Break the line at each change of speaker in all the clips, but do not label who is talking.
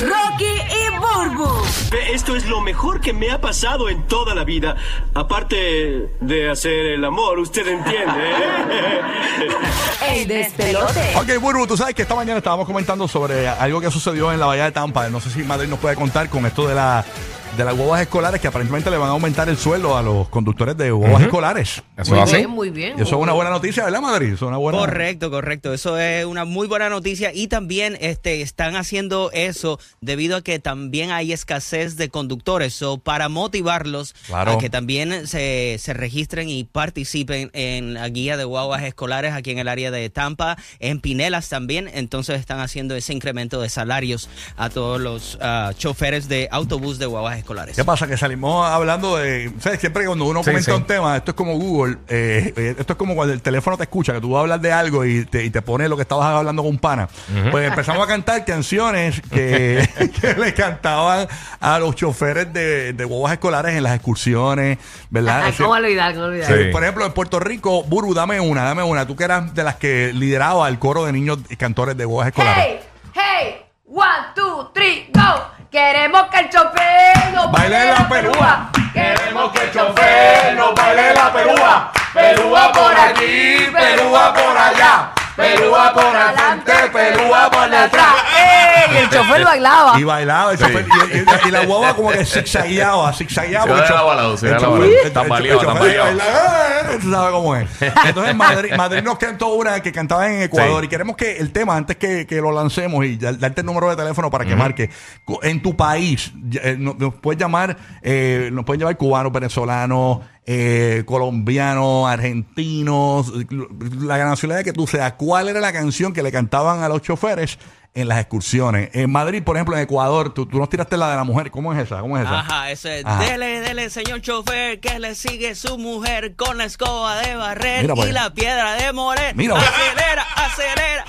Rocky y Burbu.
Esto es lo mejor que me ha pasado en toda la vida. Aparte de hacer el amor, usted entiende. ¿eh?
El despelote.
Ok, Burbu, tú sabes que esta mañana estábamos comentando sobre algo que sucedió en la Bahía de Tampa. No sé si Madrid nos puede contar con esto de, la, de las guaguas escolares que aparentemente le van a aumentar el sueldo a los conductores de guaguas escolares.
Eso lo hacen.
muy bien.
Y eso es una buena noticia, ¿verdad, Madrid? Eso es una buena
Correcto, correcto. Eso es una muy buena noticia y también este, están haciendo eso debido a que también hay escasez de conductores. So, para motivarlos
Claro.
a que también se, se registren y participen en la guía de guaguas escolares aquí en el área de Tampa, en Pinelas también. Entonces están haciendo ese incremento de salarios a todos los ah, choferes de autobús de guaguas escolares.
¿Qué pasa? Que salimos hablando de. ¿Sabes? Siempre cuando uno
Sí,
comenta
sí.
un tema, esto es como Google, eh, eh, esto es como cuando el teléfono te escucha, que tú vas a hablar de algo y te, y te pone lo que estabas hablando con un pana. Pues empezamos a cantar canciones que, que le cantaban a los choferes de, de guaguas escolares en las excursiones, ¿verdad?
Ajá,
ah, Ese-
Ah, ¿Cómo olvidar? ¿Cómo olvidar?
Sí.
Por ejemplo, en Puerto Rico, Buru, dame una, dame una. Tú que eras de las que lideraba el coro de niños y cantores de guaguas escolares.
Hey, hey, one, two, three, go. Queremos que el chofer nos
Baile la pelúa.
Queremos que el
chofer nos baile la pelúa. Pelúa por aquí, pelúa por allá. Pelúa por adelante, pelúa por atrás.
¡Ey! El chofer bailaba.
Y bailaba, el
Sí.
chofer- y, y- y la guagua como que zigzagueaba, zigzagueaba.
Se
porque el
daba
cho-
la balada, se
el
daba la
chofer-
balada.
el- el-
Tambaleaba,
el chofer
tambaleaba.
bailaba, eh, Tú sabes cómo es. Entonces Madrid, Madrid nos cantó una que cantaba en Ecuador
Sí.
y queremos que el tema, antes que, que lo lancemos y dar- darte el número de teléfono para que marque, cu- en tu país, ya, eh, no- nos puedes llamar, eh, nos pueden llamar cubanos, venezolanos, eh, colombianos, argentinos, la nacionalidad que tú seas, ¿cuál era la canción que le cantaban a los choferes? en las excursiones. En Madrid, por ejemplo, en Ecuador, tú, tú nos tiraste la de la mujer. ¿Cómo es esa? ¿Cómo es esa?
Ajá, eso es.
Ajá.
Dele, dele, señor chofer, que le sigue su mujer con la escoba de barrer
Mira pa'
y
allá.
la piedra de morer.
Mira. pues.
acelera, acelera,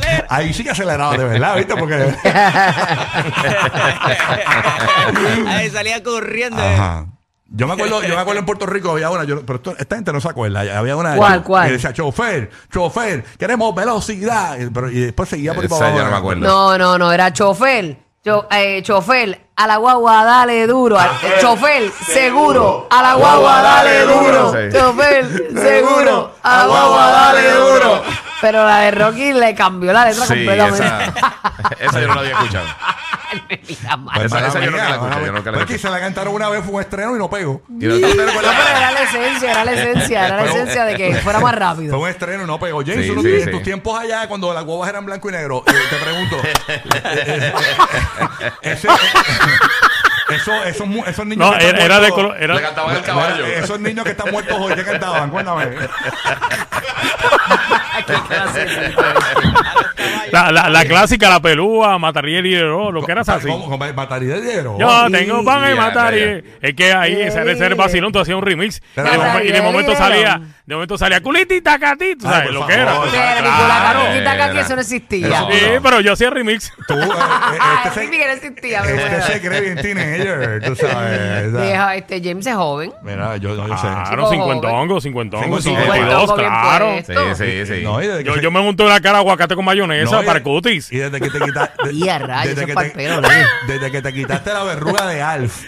acelera.
Ahí sí que aceleraba, de verdad, ¿viste? Porque.
Ahí salía corriendo. eh.
Ajá. Yo me acuerdo, yo me acuerdo en Puerto Rico había una, yo- pero esto- esta gente no se acuerda, había una
¿Cuál, cuál?
que decía chofer, chofer, queremos velocidad, y- pero- y después seguía por ahí
Esa
para abajo.
ya no me acuerdo.
No, no, no, era chofer. Yo, eh, chofer, a la guagua dale duro. Al- eh, chofer, seguro. A la guagua dale duro.
Sí.
Chofer, seguro. A la guagua dale duro. Pero la de Rocky le cambió la letra
Sí,
completamente.
esa, esa yo no la había escuchado.
Mira, mano.
Esa-
Para
esa yo
mí,
nunca la
ah,
escuché,
para
yo
mí.
nunca la
Porque
escuché.
se la cantaron una vez, fue un estreno y no pegó.
Y no- no te
No,
recuerdas.
pero era la esencia, era la esencia, era la esencia de que fuera más
Fue
rápido.
un estreno y no pegó. James,
Sí,
uno-
sí,
en
sí.
tus tiempos allá, cuando las guavas eran blanco y negro, eh, te pregunto. eh, eh, ese- eso- esos mu- esos niños
No,
que están
era, era de
muertos-
color.
Le
Era,
cantaban el caballo.
Esos niños que están muertos hoy, ¿qué cantaban? Cuéntame.
la, la- la clásica, la pelúa, Matariel y Heró, lo que era así.
¿Cómo? ¿Cómo? Mataría de dinero.
Yo tengo pan
Ya,
y matar.
ya.
y- Es que ahí ese ese era el vacilón, tú hacías un remix. Y
Pero-
de, momen- y de
Matariel
momento
y
salía,
Heró.
de momento salía culitita cati, tú
Ay,
sabes
por
lo que
favor.
era.
Pero,
Pero
Claro.
Nicolás
Oh, Claro.
Caronquita acá que
Era.
eso no existía.
Eso-
Sí, pero yo hacía remix.
Tú, eh, eh,
Ah,
este,
sí, que no existía.
se,
me
este
acuerdo.
se cree bien teenager, tú sabes. o sea.
Vieja, este James es joven.
Mira, yo, yo sé.
Claro,
Chico
cincuentongo, cincuentongo,
Cincuentongo,
cincuentidós,
bien
claro.
puesto.
Sí, sí, sí.
No, y desde que
Yo,
se-
yo me monté una cara aguacate con
No, eh.
mayonesa,
y-
para cutis.
Y desde que te quitaste.
Y a rayos, eso es pa'l pelo, ¿no?
desde que te quitaste la verruga de Alf.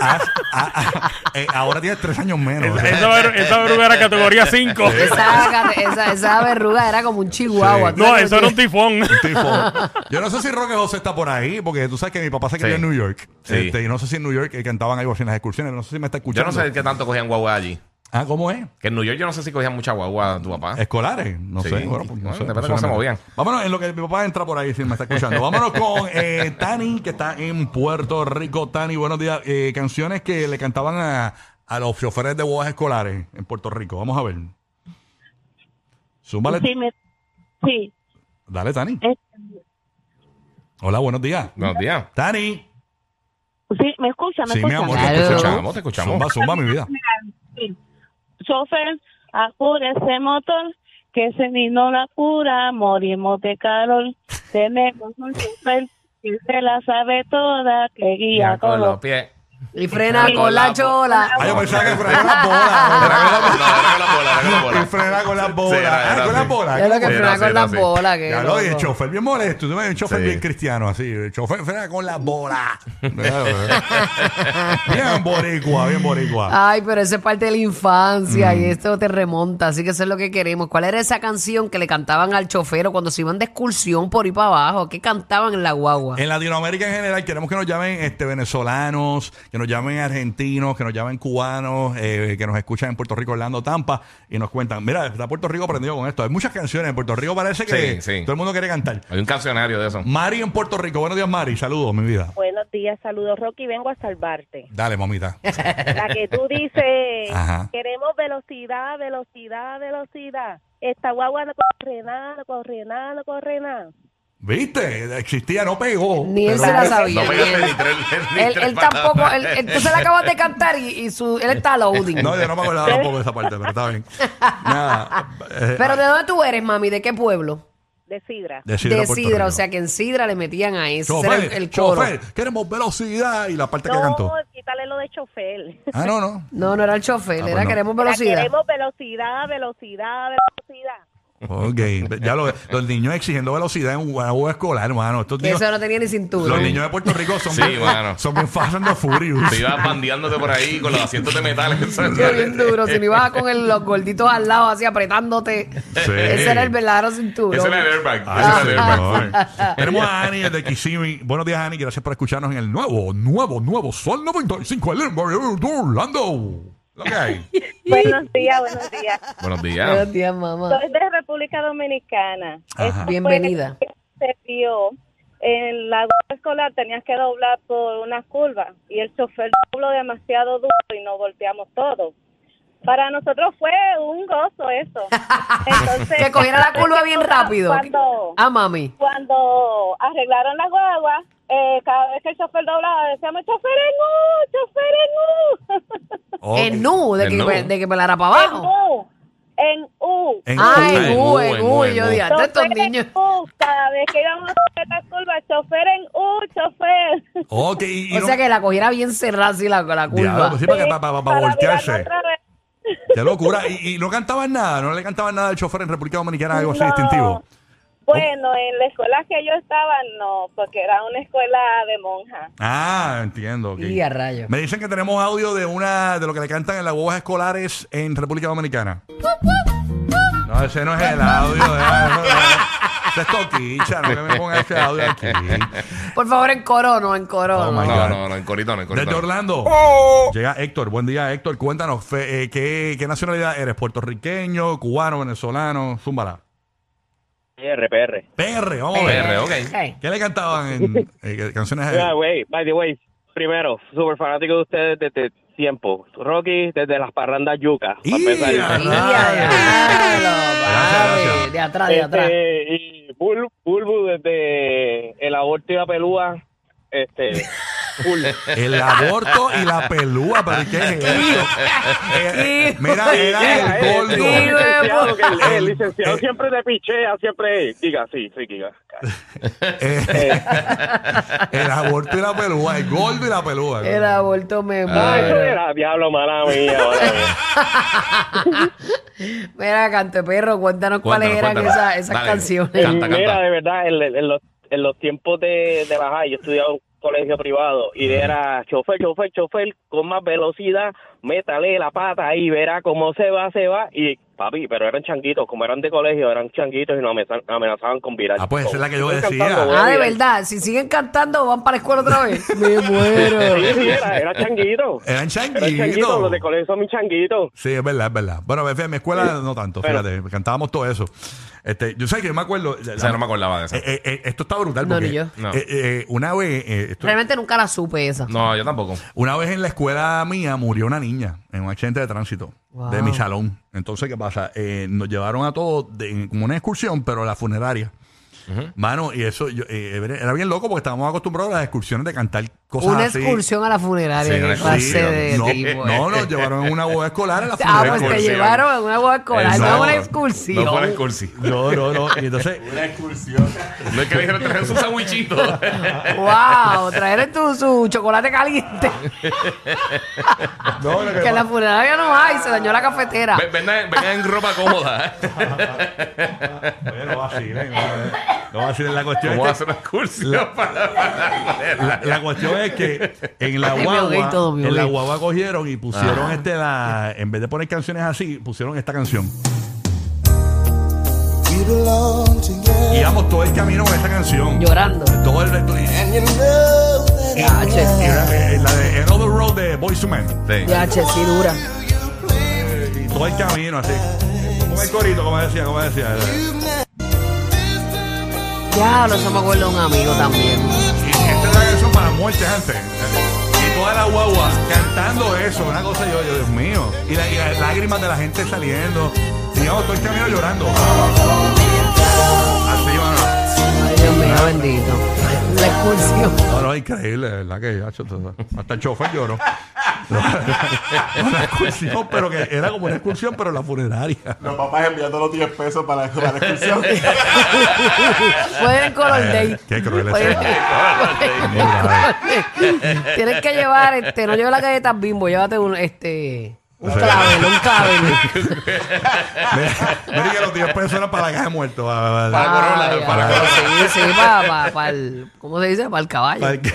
has- a- a- eh, ahora tienes tres años menos.
Esa, esa ver- esa verruga era categoría 5.
Esa, esa, esa verruga era como un chihuahua.
Sí.
¿tú
No,
sabes
eso
lo
era
que-
un tifón.
Tipo, yo no sé si Roque José está por ahí, porque tú sabes que mi papá se crió
Sí.
en New York.
Sí.
Este, y no sé si en New York eh, cantaban algo así en las excursiones. No sé si me está
Yo
escuchando.
no sé qué tanto cogían guagua allí.
Ah, ¿cómo es?
Que en New York yo no sé si cogían mucha guagua tu papá.
Escolares, no
Sí.
sé. Ah. Bueno, pues, no
Bueno,
sé.
depende
no
cómo
sé,
se
no sé.
movían.
Vámonos en lo que mi papá entra por ahí, si me está escuchando. Vámonos con eh, Tani, que está en Puerto Rico. Tani, buenos días. Eh, canciones que le cantaban a, a los choferes de bodas escolares en Puerto Rico. Vamos a ver. Súmale.
Sí, me- sí.
Dale, Tani.
eh,
Hola, buenos días.
Buenos días.
Tani.
sí, me escucha, me
Sí,
escucha.
mi amor, te
Claro.
escuchamos.
Te escuchamos.
Zumba, zumba, mi vida.
Chofer, apura ese motor, que se ni no la cura, morimos de calor. Tenemos un chofer que se la sabe toda, que guía
Ya
con los
pies.
Y frena
Sí.
con la chola.
Ah, yo pensaba que frenaba las bolas.
era con la bola, era con la bola.
Y frenaba Ah, con las
Sí,
bolas.
era-
Ah,
era
con
así.
las bolas.
Es lo que
Sí,
frena
era
con
así,
las
era así.
bolas. que
Ya lo
loco.
oye, chofer bien molesto. Tú ves un chofer
Sí.
bien cristiano, así. El chofer frena con las bolas. bien boricua, bien boricua.
Ay, pero eso es parte de la infancia
Mm.
y esto te remonta, así que eso es lo que queremos. ¿Cuál era esa canción que le cantaban al chofero cuando se iban de excursión por ir para abajo? ¿Qué cantaban en la guagua?
En Latinoamérica en general queremos que nos llamen este, venezolanos, que nos llamen argentinos, que nos llamen cubanos, eh, que nos escuchan en Puerto Rico, Orlando, Tampa, y nos cuentan, mira, está Puerto Rico prendido con esto. Hay muchas canciones en Puerto Rico, parece que
Sí, sí.
todo el mundo quiere cantar.
Hay un cancionario de eso.
Mari en Puerto Rico, buenos días Mari, saludos, mi vida.
Buenos días, saludos Rocky, vengo a salvarte.
Dale, mamita.
La que tú dices,
Ajá.
queremos velocidad, velocidad, velocidad. Esta guagua no corre nada, no corre nada, no corre nada.
¿Viste? Existía, no pegó.
Ni él
pero-
se la sabía.
No pegaste ni tres. ni
él,
tres
él tampoco,
palabras.
él, él- tú se la acabas de cantar y, y su, él está loading.
No, yo no me acordaba tampoco de esa parte, pero está bien. Nada. eh,
pero ¿de dónde tú eres, mami? ¿De qué pueblo?
De sidra.
de Sidra,
de
Puerto
Sidra,
Rico.
o sea que en Sidra le metían a eso. Ese
chofer,
era el coro.
chofer, queremos velocidad y la parte que
No,
cantó.
quítale lo de chofer.
Ah, no, no.
No, no era el chofer,
Ah, pues
era
no.
queremos
La
velocidad.
queremos velocidad, velocidad, velocidad.
Ok, ya lo, los niños exigiendo velocidad en un guagua escolar, hermano. Estos
Que
niños,
eso no tenía ni cintura.
los niños de Puerto Rico son,
Sí,
bien,
mano.
son bien fast and the furious.
Te ibas bandeándote por ahí con los asientos de metal.
Qué bien duro, si no ibas con el- los gorditos al lado así apretándote. Ese era el verdadero cinturón.
Ese era el airbag.
Ay,
Ah,
ese era el airbag.
señor. Tenemos a Ani desde Kissimmee. Buenos días, Ani. Gracias por escucharnos en el nuevo, nuevo, nuevo Sol 95 el barrio de Orlando. Lo que hay.
Buenos días, buenos días.
Buenos días.
Buenos días, mamá.
Soy de República Dominicana.
Ajá.
Esto fue
Bienvenida.
que Se vio en la guagua escolar, tenías que doblar por unas curvas y el chofer dobló demasiado duro y nos volteamos todos. Para nosotros fue un gozo eso. Entonces,
Que cogiera la curva bien rápido.
Cuando,
Ah, mami.
cuando arreglaron la guagua, eh, cada vez que el chofer doblaba, decíamos, chofer en U, chofer en U.
Ok.
En nu, de
En
que,
nu.
de que pelara para abajo.
En U, en U.
En-
Ah,
Ah,
en
en
U,
nu,
en
en
U.
nu,
y Yo
en
dije,
nu.
antes estos
Chofer en
niños.
U, cada vez que íbamos a hacer la curva, chofer en U, chofer.
Ok, y, y
O
no-
sea que la cogiera bien cerrada así la, la
Diablo,
curva.
pues sí, para, que- para- para- para voltearse.
mirarlo otra vez.
Qué locura. Y, y no cantaban nada, no le cantaban nada al chofer en República Dominicana, algo así
No.
distintivo.
Bueno, en la escuela que yo estaba, no, porque era una escuela de monjas.
Ah, entiendo. ok.
Y a rayos.
Me dicen que tenemos audio de una de lo que le cantan en las bobas escolares en República Dominicana. No, ese no es el audio. eh, no, no, no. Ese es Toquicha, no que me ponga ese audio aquí.
Por favor, en coro, no en coro.
Oh,
no.
my
No, no, no, en corito, no, en corito.
Desde
no.
Orlando. Llega Héctor. Buen día, Héctor. Cuéntanos, fe- eh, ¿qué, qué nacionalidad eres? ¿Puertorriqueño, cubano, venezolano? Zúmbala.
PR, PR.
PR, vamos a ver.
PR, ok.
Eh, Hey.
¿Qué le cantaban en eh, canciones? eh?
Yeah, wey, by the way, primero, súper fanático de ustedes desde tiempo. Rocky, desde las parrandas yuca. pa'
¡Ia!
empezar.
Y
Ah,
a
ya.
diablo,
gracias.
papi. De atrás, de atrás.
Este, y Bul- Bulbu desde el aborto y la pelúa. Este, full.
El aborto y la pelúa, ¿pero qué es esto? Eh, mira, era
Eh,
el
eh,
gordo.
el licenciado, que el,
El-
el licenciado
eh.
siempre te pichea, siempre. Diga, sí, sí, diga.
Eh, el aborto y la pelúa, el gordo y la pelúa.
Era aborto memo.
Ah, eso era diablo, mala mía, mala mía.
Mira, cante perro, cuéntanos cuáles eran
Cuéntanos,
esas,
cuéntanos.
esas
Dale.
canciones.
Canta,
Mira,
canta.
de verdad, en, en los, en los tiempos de, de bajar, yo estudiaba en un colegio privado y era chofer, chofer, chofer, con más velocidad, métale la pata ahí, verá cómo se va, se va. Y papi, pero eran changuitos, como eran de colegio, eran changuitos y nos amenazan- amenazaban con virar.
Ah, pues, esa es la que yo
Estoy
decía.
cantando, voy a
Ah, de
virar.
verdad, si siguen cantando, van para la escuela otra vez. Me muero.
Sí, sí, era, era changuito.
Eran
Eran changuitos,
changuitos.
los de colegio son mis changuitos.
Sí, es verdad, es verdad. Bueno, en mi escuela no tanto,
Pero-
fíjate, cantábamos todo eso. Este, yo sé que yo me acuerdo.
O sea, no me acordaba de eso.
Eh, eh, eh, esto está brutal
No,
porque
ni yo.
No.
eh, eh, una vez eh, esto-
Realmente nunca la supe esa.
No, yo tampoco.
Una vez en la escuela mía murió una niña en un accidente de tránsito
Wow.
de mi salón. Entonces, ¿qué pasa? Eh, nos llevaron a todos de- en- como una excursión, pero a la funeraria. Mano, y eso yo, eh, era bien loco porque estábamos acostumbrados a las excursiones de cantar cosas
Una
así.
excursión a la funeraria.
Sí,
qué
una
clase
excursión.
de
no, eh,
tipo. este.
no, nos llevaron en una boda escolar a la
Ah,
funeraria.
pues te
excursión.
llevaron a una boda escolar, no a una
Exacto.
excursión.
No fue una excursión.
No, no, no. Y entonces,
No es que le dijeron traer su sandwichito.
wow, trajeron tu, su chocolate caliente.
no, lo que
que en la funeraria no hay, se dañó la cafetera.
Ven- Vengan vengan en ropa cómoda. ¿eh?
Oye, no vacilen, no, no vacilen. La cuestión,
¿Cómo va a
es
hacer una excursión para, para
que, la, la cuestión es que en la
Ay, me ahogué y
guagua,
todo, me
en la
ahogué.
guagua cogieron y pusieron
Ah.
este la, en vez de poner canciones así, pusieron esta canción.
We belong
Y
together.
íbamos todo el camino con esa canción.
Llorando.
Todo el todo- y- y-
And you know that I
Ya, che,
y era, eh, la de Another Road de Boys to Men.
Sí.
ya, che, sí, dura.
Y todo el camino así. Como el corito, como decía, como decía.
Ya, no se me acuerdo de un amigo también.
Y esta es la canción para la muerte, gente. Y toda la guagua cantando eso, una cosa yo, yo Dios mío. Y, la- y las lágrimas de la gente saliendo. Digamos, todo el camino llorando. Así, mano.
Ay, Dios
Ah.
mío, bendito. La excursión.
No, no, increíble, de ¿verdad? Que hacho, todo- hasta el chofer lloró. una excursión, pero que era como una excursión, pero en la funeraria.
Los papás enviando los 10 pesos para, para la excursión.
Pueden el color day.
Qué cruel es
Pueden-
eso.
Tienes que llevar, este, no lleves las galletas bimbo, llévate un, este, un
Sí.
clavel, un clavel.
Mira, mira que los 10 pesos eran para la caja de muertos. Para,
Para
Ay,
Corolla,
ay,
para
ay,
Corolla.
Sí, sí, para, para, el, ¿cómo se dice? Para el caballo.
para el que-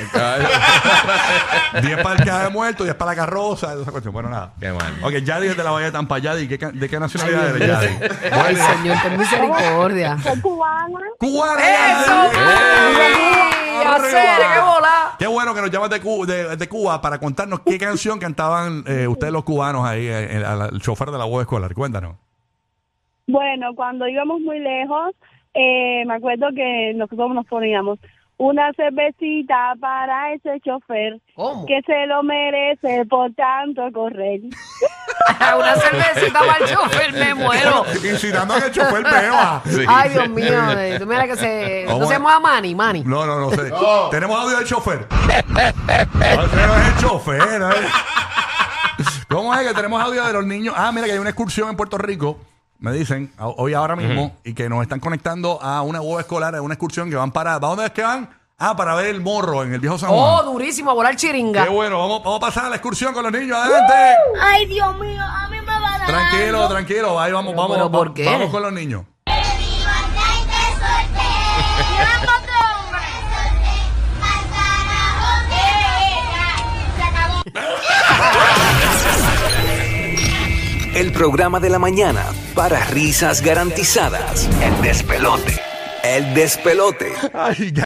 10 para el caja de muertos, 10 para la carroza, esa cuestión. Bueno, nada.
Qué mal.
Ok, Yadi es de la Bahía de Tampa. Yadi, ¿qué ca- ¿de qué nacionalidad eres,
Dios
Yadi?
mío.
Bueno,
Ay, señor, ten misericordia.
Soy cubana.
¡Cubana!
¡Eso,
Yadi!
papi!
¡Arriba!
¡Hacer, qué bola!
Qué bueno que nos llamas de, Cu- de- de Cuba para contarnos qué canción cantaban eh, ustedes los cubanos ahí, eh, el, al chofer de la voz escolar. Cuéntanos.
Bueno, cuando íbamos muy lejos, eh, me acuerdo que nosotros nos poníamos una cervecita para ese chofer
¿Cómo?
que se lo merece por tanto correr.
Una cervecita para el chofer, me muero.
Incitando a que el chofer beba.
Ay, Dios mío. eh, Tú mira que se...
¿Cómo
No se
es?
llama Manny, Manny.
No, no, no sé. Tenemos audio del chofer. No, ese no es el chofer. ¿eh? ¿Cómo es que tenemos audio de los niños? Ah, mira que hay una excursión en Puerto Rico. Me dicen, a- hoy ahora mismo, y que nos están conectando a una boda escolar, a una excursión que van para. ¿Para dónde es que van? Ah, para ver el morro en el viejo San
Oh,
Juan.
durísimo, a volar chiringa.
Qué bueno, vamos, vamos a pasar a la excursión con los niños. Adelante.
Ay, Dios mío, a mí me va a dar.
Tranquilo, tranquilo. Ahí vamos,
Pero,
vamos,
pero, ¿por
va-
qué?
vamos con los niños.
El programa de la mañana para risas garantizadas. El despelote. El despelote.
Ay, ya